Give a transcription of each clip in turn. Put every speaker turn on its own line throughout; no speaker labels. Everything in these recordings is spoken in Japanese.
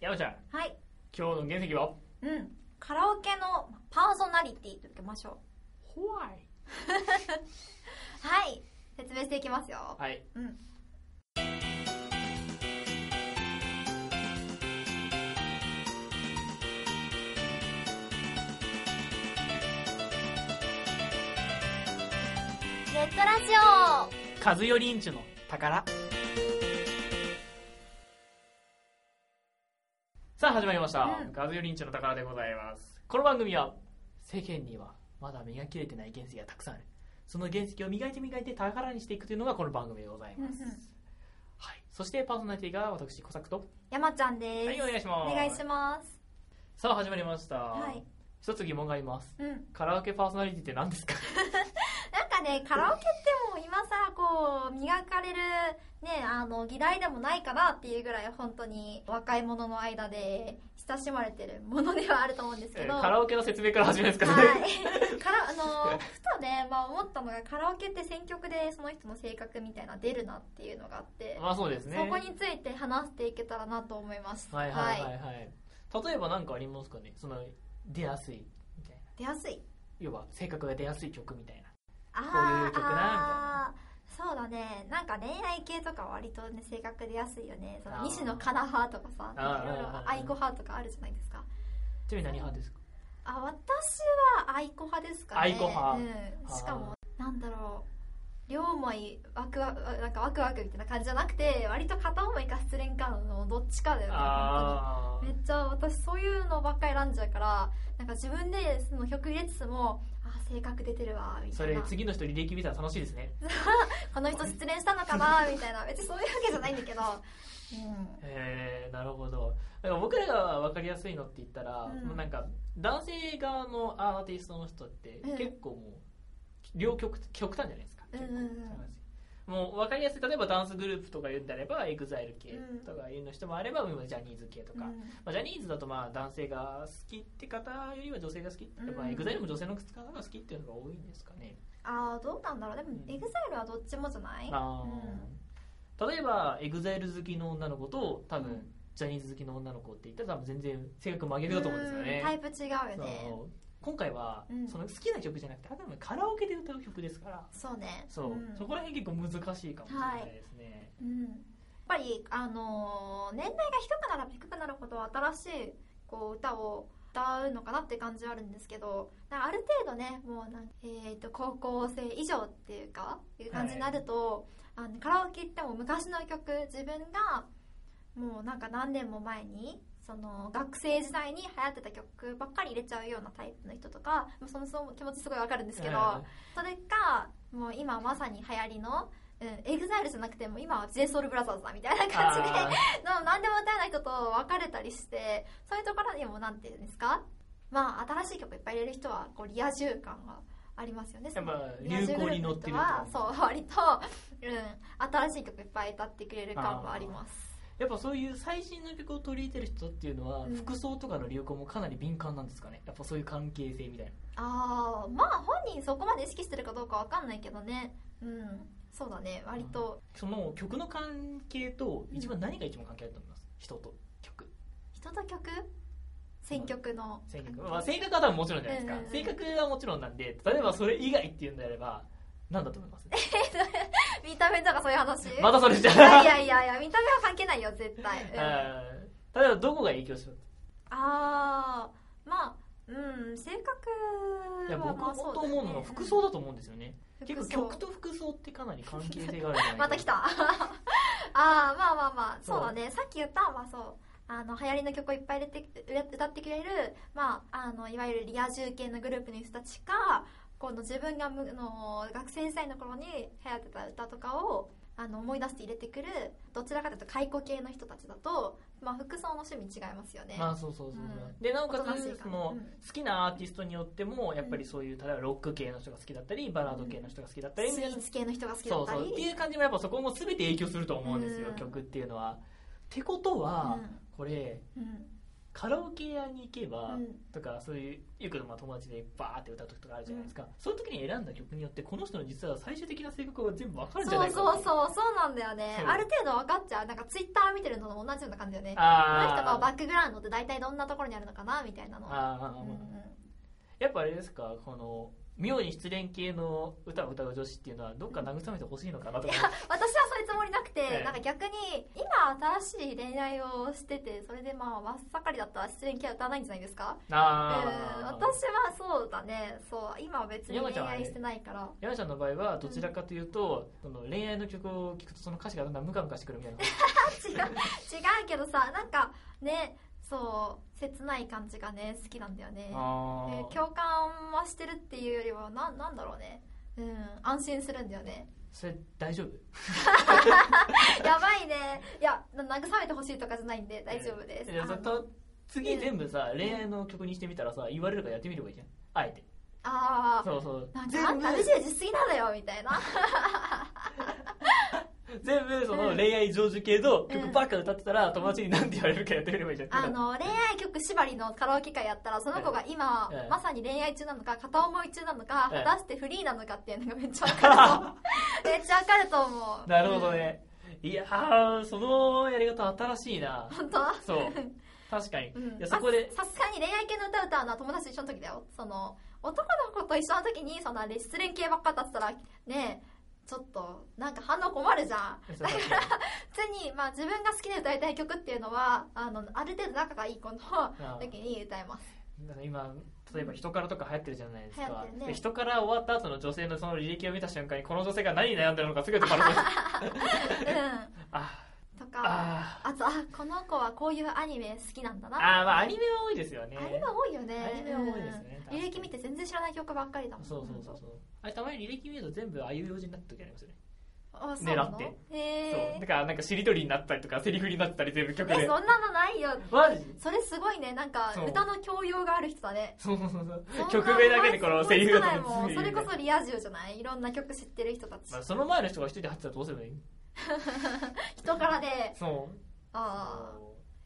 山ちゃん、
はい。
今日の原石は
うん。カラオケのパーソナリティといきましょう。
ホワイ
はい。説明していきますよ。
はい。
うん。ネットラジオ
カズヨリンチュの宝。さあ、始まりました。
うん
カズヨリンチュの宝でございます。この番組は、世間にはまだ磨きれてない原石がたくさんある。その原石を磨いて磨いて宝にしていくというのがこの番組でございます。
うんうん
はい。そしてパーソナリティが私、小作と。
山ちゃんです。
はい、お願いし
お
ます。
願いします。
さあ、始まりました。
はい。
一つ疑問があります。
うん。
カラオケパーソナリティって何ですか
なんかね、カラオケってもう今さ、こう、磨かれる、ね、あの、議題でもないかなっていうぐらい、本当に若い者の間で親しまれてるものではあると思うんですけ
え
ど。
ーカラオケの説明から始めるんですからね。
はい。 から、あの、ふとね、まあ思ったのが、カラオケって選曲でその人の性格みたいな出るなっていうのがあって、
まあそうですね。
そこについて話していけたらなと思います。
はいはいはいはい。例えば何かありますかねその、出やすいみたいな。
出やすい。
要は、性格が出やすい曲みたいな。
あー
こういう曲な
あーそうだねなんか恋愛系とか割とね性格出やすいよねそ
あー
の西野カナ派とかさ
あー
いろい
あー
ろ愛子派とかあるじゃないですか
ちなみに何派ですか
あ私は愛子派ですかね
愛子派
うん、しかもなんだろう両思いワクワクなんかワクワクみたいな感じじゃなくて割と片思いか失恋かのどっちかだよね本
あ
当にめっちゃ私そういうのばっかり選んじゃうからなんか自分でその曲入れつつもあー性格出てるわみたい
ー。
な
それ、次の人履歴見たら楽しいですね。
この人失恋したの かなみたいな別にそういうわけじゃないんだけど、う
えー、なるほど。なんか僕らが分かりやすいのって言ったら、
うん
もうなんか、男性側のアーティストの人って
うん、
結構もう、両極、極端じゃないですか。結構
うんうんうん
もう分かりやすい、例えばダンスグループとか言うんであれば、エグザイル系
うん
とかいうの人もあれば、うんジャニーズ系と
ん
か、まあ、ジャニーズだとまあ男性が好きって方よりは女性が好き、
うん
まあ、エグザイルも女性の方が好きっていうのが多いんですかね、
ああどうなんだろうでも
うん
エグザイルはどっちもじゃない
あー例えばエグザイル好きの女の子と多分、
うん
ジャニーズ好きの女の子って言ったら多分全然性格真逆だと思うんですよね
うんタイプ違うよね
そう今回は、
うん
その好きな曲じゃなくてあくまでカラオケで歌う曲ですから
そうね
そう、
ん
そこら辺結構難しいかもしれないですね、
うんやっぱりあのー年代が低くならば低くなるほど新しいこう歌を歌うのかなって感じはあるんですけどなんかある程度ねもうなんえー、と高校生以上っていうかいう感じになると、あのカラオケ行っても昔の曲自分がもうなんか何年も前にその学生時代に流行ってた曲ばっかり入れちゃうようなタイプの人とかそのその気持ちすごいわかるんですけど、
うん
それかもう今まさに流行りの、うん、エグザイルじゃなくてもう今は j s o u l b r o t h e r だみたいな感じで
あー
の何でも 歌えない人と別れたりしてそういうところにもなんていうんですかまあ新しい曲いっぱい入れる人はこうリア充感がありますよね
やっぱ
そのリア充
流行に乗ってる
グループの人
と
はそう割と、うん、新しい曲いっぱい歌ってくれる感はあります
やっぱそういう最新の曲を取り入れてる人っていうのは、
うん
服装とかの流行もかなり敏感なんですかねやっぱそういう関係性みたいな
ああまあ本人そこまで意識してるかどうかわかんないけどねうんそうだね割と
その曲の関係と一番何が一番関係あると思います、人と曲
人と曲選曲の
性格、まあ、性格は多分もちろんじゃないですか、
うんうんうん
性格はもちろんなんで例えばそれ以外っていうんであれば何だと思います
見た目とかそういう話、
またそれじゃ
いやい
あ
やいやいや見た目は関係ないよ絶対、うん、あ
ー例えばどこが影響します
あーまあうん性格
いや
は
僕
まあ
本
そう
当
だね
思うのが服装だと思うんですよね、
うん
結構
服装
曲と服装ってかなり関係性があるんじゃないか
また来たああまあまあまあ
そう
そうだねさっき言ったまあそうあの流行りの曲をいっぱい入れてうれ歌ってくれる、まあ、あのいわゆるリア充系のグループの人たちか今度自分がむあの学生時代の頃に流行ってた歌とかをあの思い出して入れてくるどちらかというと解雇系の人たちだと、まあ、服装の趣味違いますよね、
まあそうそうそうそう、
うん
でなおか
おとなしい
つ
から
その、
うん
好きなアーティストによってもやっぱりそういう例えばロック系の人が好きだったりバラード系の人が好きだったりみ
スイ
たいな
ーツ系の人が好きだ
そ
っ
う
た
そ
り
うっていう感じもやっぱそこも全て影響すると思うんですよ、
うん
曲っていうのは。ってことは、
うん
これ
うん
カラオケ屋に行けば、
うん
とかそういうゆくのまあ友達でバーって歌う時とかあるじゃないですか、そういう時に選んだ曲によってこの人の実は最終的な性格が全部わかるんじゃ
そ
な
う
いか
そう
う
そうそうなんだよね
そう
ある程度分かっちゃうなんかツイッター見てるのと同じような感じだよねこの人の
あ
バックグラウンドって大体どんなところにあるのかなみたいな
ー
の
あー、
うんうん
やっぱあれですかこの妙に失恋系の歌を歌う女子っていうのはどっか慰めてほしいのかなとか、
私はそういうつもりなくて、
ええ
なんか逆に今新しい恋愛をしててそれでまあ真っ盛りだったら失恋系は歌わないんじゃないですかうん
あー
私はそうだねそう今は別に
山ち
恋
ゃんはね
愛してないから
山ちゃんの場合はどちらかというと、その恋愛の曲を聴くとその歌詞がだんだんムカムカしてくるみたいな
違う違うけどさなんかねそう切ない感じがね好きなんだよね
あ
え
ー
ー共感はしてるっていうよりはななんだろうねうん安心するんだよね
それ大丈夫
やばいねいやな慰めてほしいとかじゃないんで大丈夫です
いや
あ
そ
の
と次全部さ恋愛の曲にしてみたらさ言われるからやってみればいいじゃんあえて
あ
そうそう
ーなんかあ
全
ん
部
た無視しすぎなのよみた いな
全部その恋愛成就系の
う
曲
ん
ばっか歌ってたら友達に何て言われるかやってみればいいじゃん
あの恋愛曲縛りのカラオケ会やったらその子が今、
ええ
まさに恋愛中なのか片思い中なのか、
ええ
果たしてフリーなのかっていうのがめっちゃ 分かるとめっちゃ分かると思う
なるほど、ね、いやーそのやり方新しいな
うん、本
そう確かに、
当うん
いやそこで
さすがに恋愛系の歌歌うのは友達と一緒の時だよその男の子と一緒の時にその失恋系ばっかだってたらねえちょっとなんか反応困るじゃん
そう確かに
普通に、まあ、自分が好きで歌いたい曲っていうのはあのある程度仲がいい子の
あー
時に歌います
なんか今例えば人からとか流行ってるじゃないです
流行っ
か
て、るね
で人から終わった後の女性のその履歴を見た瞬間にこの女性が何に悩んでるのかすぐ分かる
う
あ
んとか
あ
あとあこの子はこういうアニメ好きなんだ
あー
な
まあアニメは多いですよね
アニメ多いよね
アニメ多いですね
うん履歴見て全然知らない曲ばっかりだもん
そうそうそうそうあれたまに履歴見ると全部ああいう用事になった時ありますよね、
あそうなの
狙っ
へ
そう
え
だからなんかしりとりになったりとかセリフになったり全部曲
え
で
そんなのないよ
マジ
それすごいねなんか
そう
歌の教養がある人だね
そうそうそう
そんな
曲名だけでこのセリフ
思いつか
が
ないもん
全
そ
部
れこそリア充じゃないいろんな曲知ってる人たち
まあ、その前の人が一人で入ってたらどうすればいい
人からで
そう
あ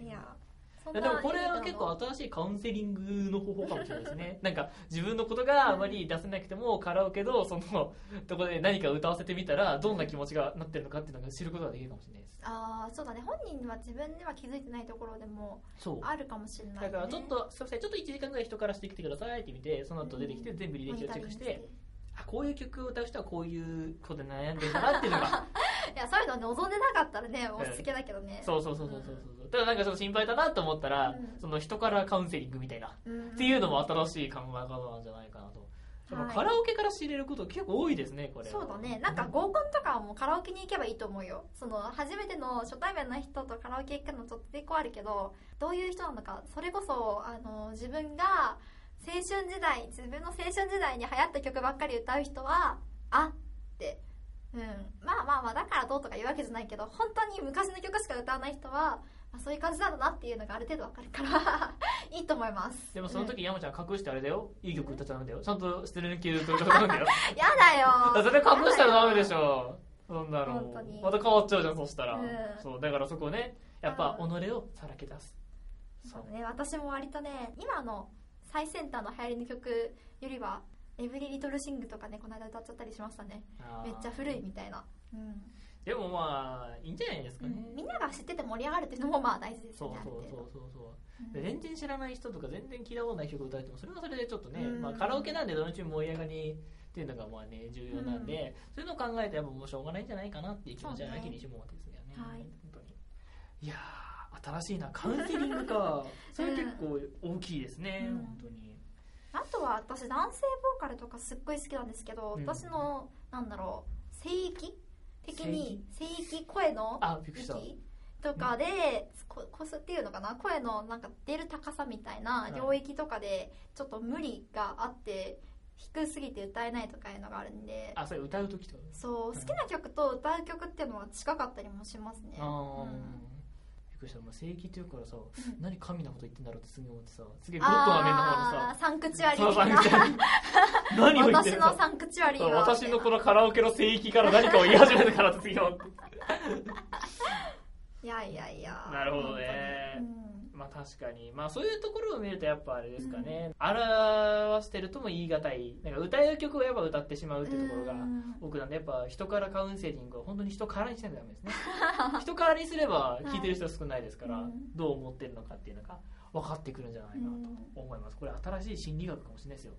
あいやそ
い
ん
や
な
でもこれは
意味
結
なの
構新しいカウンセリングの方法かもしれないです ねなんか自分のことがあまり出せなくてもカラオケのそのとこで何か歌わせてみたらどんな気持ちがなってるのかっていうのが知ることができるかもしれないです
ああそうだね本人は自分では気づいてないところでも
そう
あるかもしれない、ね、
だからちょっとすいませんちょっと1時間ぐらい人からしてきてくださいって見てその後出てきて全部履
モ
歴
ニ
を
タ
チェック
リング
し
して
てあこういう曲を歌う人はこういうことで悩んでるんだなっていうのが
いやそういうの望んでなかったらね押し付けだけどね、
そうそうそう そうそうそうただなんかちょっと心配だなと思ったら
うん
その人からカウンセリングみたいな
うん
っていうのも新しい考え方なんじゃないかなと。でも
はい
カラオケから知れること結構多いですね、これ。
そうだねなんか合コンとかはもうカラオケに行けばいいと思うよその初めての初対面の人とカラオケ行くのちょっと抵抗あるけどどういう人なのかそれこそあの自分が青春時代自分の青春時代に流行った曲ばっかり歌う人はあってうんまあまあまあだからどうとか言うわけじゃないけど本当に昔の曲しか歌わない人は、まあ、そういう感じなんだなっていうのがある程度わかるから いいと思います
でもその
うん
時山ちゃん隠してあれだよ。いい曲歌っちゃダメだよ。ちゃんと失恋系で歌うとダメ だよ。
やだ よ
それ隠したらダメでしょ。そんなの
本当に。
また変わっちゃうじゃん、そしたら
うん。
そう、だからそこね、やっぱ
う
己をさらけ出す。そう
そうね、私も割とね今の最先端の流行りの曲よりは「エブリリトルシング」とかねこの間歌っちゃったりしましたね
あー
めっちゃ古い。みたいな、うん
でもまあ、いいんじゃないですかね。
みんなが知ってて盛り上がるっていうのもまあ大事です
そ
よ
う
ね
そうそうそうそう。
あ
で
る程度うん
全然知らない人とか全然聞いたことない曲歌えてもそれはそれでちょっとね、
うん
まあ、カラオケなんでどのチーム盛り上がりっていうのがまあね重要なんで、
う
そういうのを考えてやっぱもうしょうがないんじゃないかなっていう気持ち
そう
は
ね
なきにしもあってですよね、
はい
本当にいやー新しいなカウンセリングかそれ結構大きいですね、
うん
本当に
あとは私男性ボーカルとかすっごい好きなんですけど、
うん
私のなんだろう声域的に声域声の
あびっくりした
域とかで、ここすっていうのかな声のなんか出る高さみたいな領域とかでちょっと無理があって低すぎて歌えないとかいうのがあるんで
あそれ歌う時とか
そう好きな曲と歌う曲っていうのは近かったりもしますね
ああ、
うん
びっくりしたもう正義っていうからさ、
ん
何神なこと言ってんだろうってすげえ思ってさすげえゴッドな面の方で
あ
さ
ーサンクチュアリ
そうサンクチ
ー
ュアリー何を言って
私
るんだ
のサンクチュアリーは
私のこ
の
のカラオケの聖域から何かを言い始めたから次の
いやいやいや
なるほどね
本当にうん
まあ確かにまあそういうところを見るとやっぱあれですかね、表してるとも言い難いなんか歌える曲をやっぱ歌ってしまうってところが
うん
僕なんでやっぱ人からカウンセリングは本当に人からにしないとダメ ですね人からにすれば聞いてる人は少ないですから、
はいうん
どう思ってるのかっていうのが分かってくるんじゃないかな
うん
と思いますこれ新しい心理学かもしれないですよ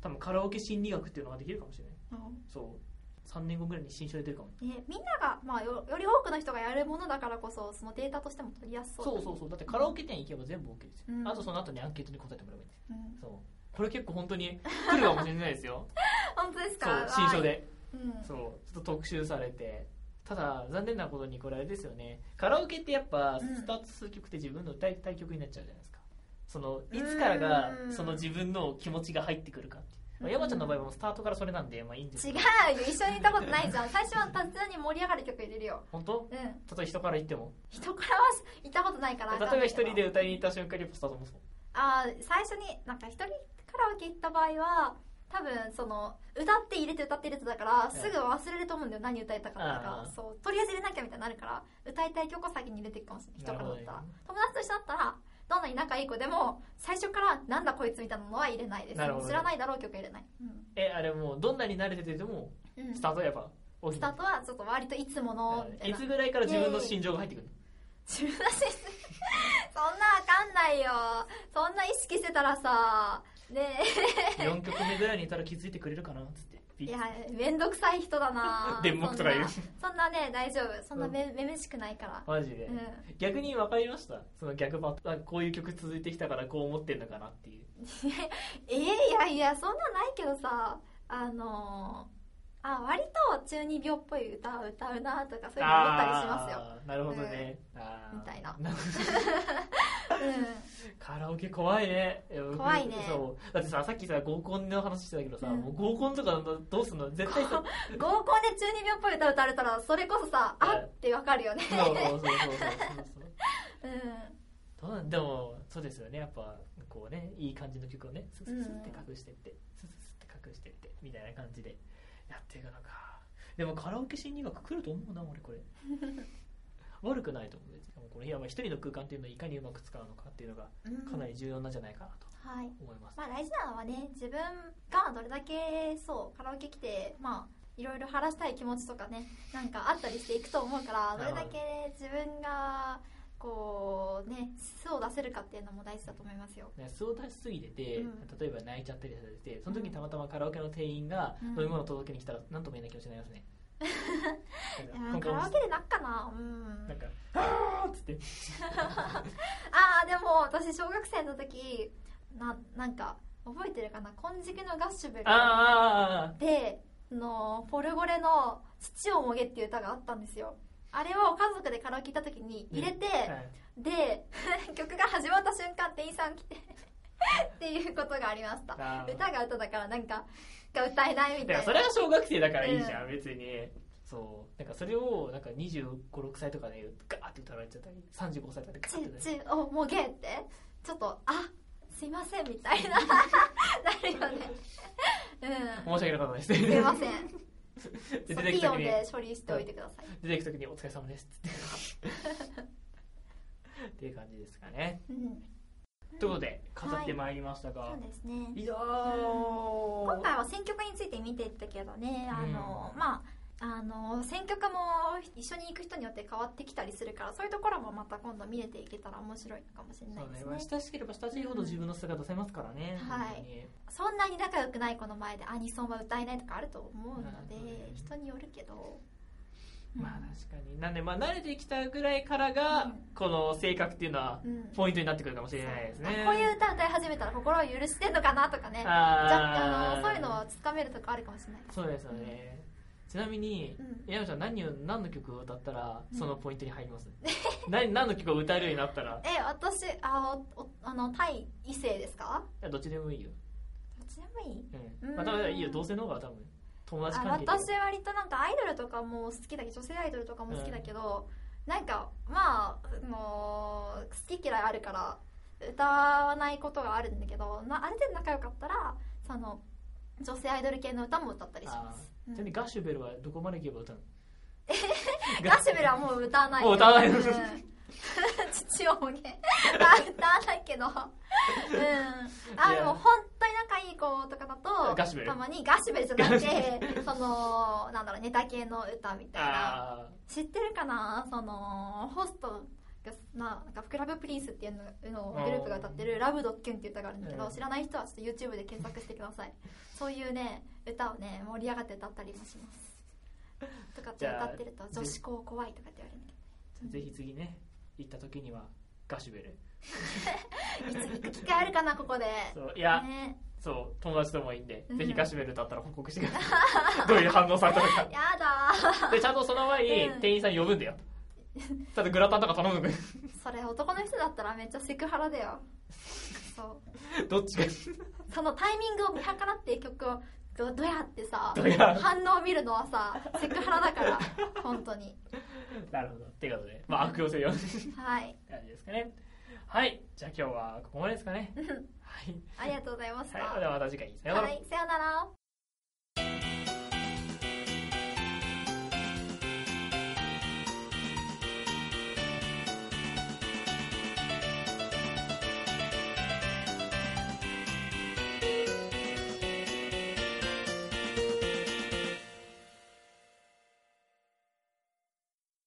多分カラオケ心理学っていうのができるかもしれないそう3年後ぐらいに新書で出るかも
ね、みんなが、まあ、よより多くの人がやるものだからこそそのデータとしても取りやすそうだ
そう
ね
そうそうだってカラオケ店行けば全部 OK ですよ、
うん
あとその後にアンケートに答えてもらえばいいんです
うん
そうこれ結構本当に来るかもしれないです よ
本当です
そ
か
う新書
わ
で
ーいうん
そうちょっと特集されてただ残念なことにこれあれですよねカラオケってやっぱ
うん
スタートする曲って自分の歌いたい曲になっちゃうじゃないですかそのいつからが
うん
その自分の気持ちが入ってくるかっていう、まあ、
うん
山ちゃんの場合はもうスタートからそれなんでまあいいんです
違
け
う
ど
よ一緒にいたことないじゃん最初は単純に盛り上がる曲入れるよ
本当
うん
たとえ人から言っても
人からはいたことないからわか
例
ん
えば
ない
一
けど
人で歌いに行った瞬間にスタートもそう
あー最初になんか一人カラオケ行った場合は多分その歌って入れて歌って入れてだからすぐ忘れると思うんだよ何歌えたかと
あ
か
ー
そうとりあえず入れなきゃみたいになるから歌いたい曲を先に入れていくかもしれない人からだった
な
ら
る
友達と一緒だったらどんなに仲いい子でも最初からなんだこいつみたいなのは入れないです
なるほどね
知らないだろう曲は入れない、う
えあれもうどんなに慣れててでも
んうん、
スタートはやっぱ大き
ス
い
タートはちょっと割といつものみた
い
いな
つぐらいから自分の心情が入ってくる
自分らしい ですそんなわかんないよそんな意識してたらさね
4曲目ぐらいにいたら気づいてくれるかなっつって
え
ピ
い
ッ
やめんどくさい人だな
電目とか言う
そんなそんなね大丈夫そんなめ、めめしくないから
マジで、
うん
逆に分かりましたその逆パターンあこういう曲続いてきたからこう思ってんのかなっていう
えー、いやいやそんなないけどさあのーあ割と中二病っぽい歌を歌うなとかそういうの思ったりしますよ
あーなるほどね、あー
みたいな
カラオケ怖いねや僕
怖いね
そうだってささっきさ合コンの話してたけどさ、
うん
もう合コンとかどうすんの絶対さ
うん、合コンで中二病っぽい歌歌われたらそれこそさあってわかるよね
そうそうそうそうそうそう
う
どうなんでもそうですよねやっぱこうねいい感じの曲をねスススって隠してって、スススって隠してってみたいな感じでやっていくのかでもカラオケ心理学来ると思うな俺 これ悪くないと思うでもこの部屋は一人の空間っていうのをいかにうまく使うのかっていうのが
ん、
かなり重要なんじゃないかなと
はい
思います、
まあ大事なのはね自分がどれだけそうカラオケ来てまあいろいろ晴らしたい気持ちとかねなんかあったりしていくと思うからど
なるほ
れ
ど
だけ自分がこうね素を出せるかっていうのも大事だと思いますよ
ね、素を出しすぎてて、
うん
例えば泣いちゃったりされててその時にたまたまカラオケの店員が
うん
飲み物を届けに来たら何とも言えない気持ちになりますね、
い
な
やー
んか
カ
今回
ラオ
も
ケで泣くかなうん
なんか「あーっつって
ああでも私小学生の時ななんか覚えてるかな金色のガッシュベル
あーあーあーあー
であのポルゴレの「土をもげ」っていう歌があったんですよあれを家族でカラオケ行った時に入れて、
はい
で 曲が始まった瞬間店員さん来て っていうことがありました
あー
歌が歌だからなんかが歌えないみ
だ
た
から
い
そ
な
れは小学生だからいいじゃん、別にそうなんかそれをなんか2 5 6歳とかでガーって歌われちゃったり35歳とかでガーって歌われ
「
ちゃっ
ちちおもげ」ってちょっと「あすいません」みたいな なるよね
たり申し訳なかったです
うんすいません
で
ソ
出
フ
てく
ィ
時
オン
に
で処理しておいてください、
出てく時に「お疲れ様です」ってっていう感じですかね
うん、
ということで語ってまいりましたが、
そうですね
い、やー
今回は選曲について見ていったけどねあの、
うん
まああの選曲も一緒に行く人によって変わってきたりするからそういうところもまた今度見れていけたら面白いかもしれな
そ
いうで
ね
す
まあ
ね
親しければ親しいほど自分の姿出せますからね、
うん
本当に
そんなに仲良くない子の前でアニソンは歌えないとかあると思うので、
うん
人によるけど、
まあ確かになんでまあ慣れてきたぐらいからが、
うん
この性格っていうのは
うん
ポイントになってくるかもしれないですね
あこういう歌歌い始めたら心を許してんのかなとかねじゃ
あ
あ
ー
のそういうのをつかめるとこあるかもしれない
そうですよね、ちなみに、
う
山ちゃん何を何の曲を歌ったら
うん
そのポイントに入ります、 何何の曲を歌えるようになったら
え私あおおあの対異性ですか
どっちでもいいよ、
どっちでもいい
うん
うん
まあ、多分いいよ同性の方が多分友達
あ
関係
私割となんかアイドルとかも好きだけど女性アイドルとかも好きだけど、なんかまあもう好き嫌いあるから歌わないことがあるんだけどなある程度仲良かったらその女性アイドル系の歌も歌ったりしま
あ
す、
ー
うん
ちなみにガッシュベルはどこまで行けば 歌うの
ガッシュベルはもう歌わないよ
もう歌わない
うん 父をもげ歌だけどうんあ
いや
の本当に仲いい子とかだと
ガシベル
たまにガシベルじゃなくてそのなんだろうネタ系の歌みたいな
あ
知ってるかなそのホストがななんかクラブプリンスっていうののグループが歌ってる「ラブドッキュン」っていう歌があるんだけど、
うん
知らない人はちょっと YouTube で検索してくださいそういうね歌をね盛り上がって歌ったりもしますとかって
じゃ
歌
あ
ってると「女子校怖い」とかって言われるんだ
ーぜひ次ね行った時にはガシュベル
けどいつ行く機会あるかなここで
そういや、
ね
そう友達ともいいんで、
うん
ぜひガシュベルだったら報告してくださ いどういう反応されたのか
やだー
でちゃんとその前に
うん
店員さん呼ぶんだよ、ちゃんとグラタンとか頼むの
それ男の人だったらめっちゃセクハラだよそ う
どっ ちが
そのタイミングを見計らって曲をどどやってさ
どうや
反応を見るのはさセクハラだから本当に
なるほどっていうことで、まあ、悪用せよって
はい
感じですかねはいじゃあ今日はここまでですかね
うん
はい、
ありがとうございました、
はい、ではまた次回さようなら
はい、さようなら